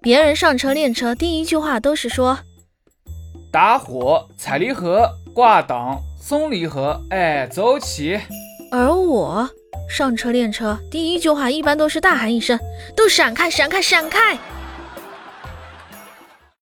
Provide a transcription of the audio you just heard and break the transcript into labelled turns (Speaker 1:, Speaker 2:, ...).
Speaker 1: 别人上车练车，第一句话都是说
Speaker 2: 打火、踩离合、挂档、松离合，哎，走起！
Speaker 1: 而我上车练车，第一句话一般都是大喊一声：“都闪开，闪开，闪开！”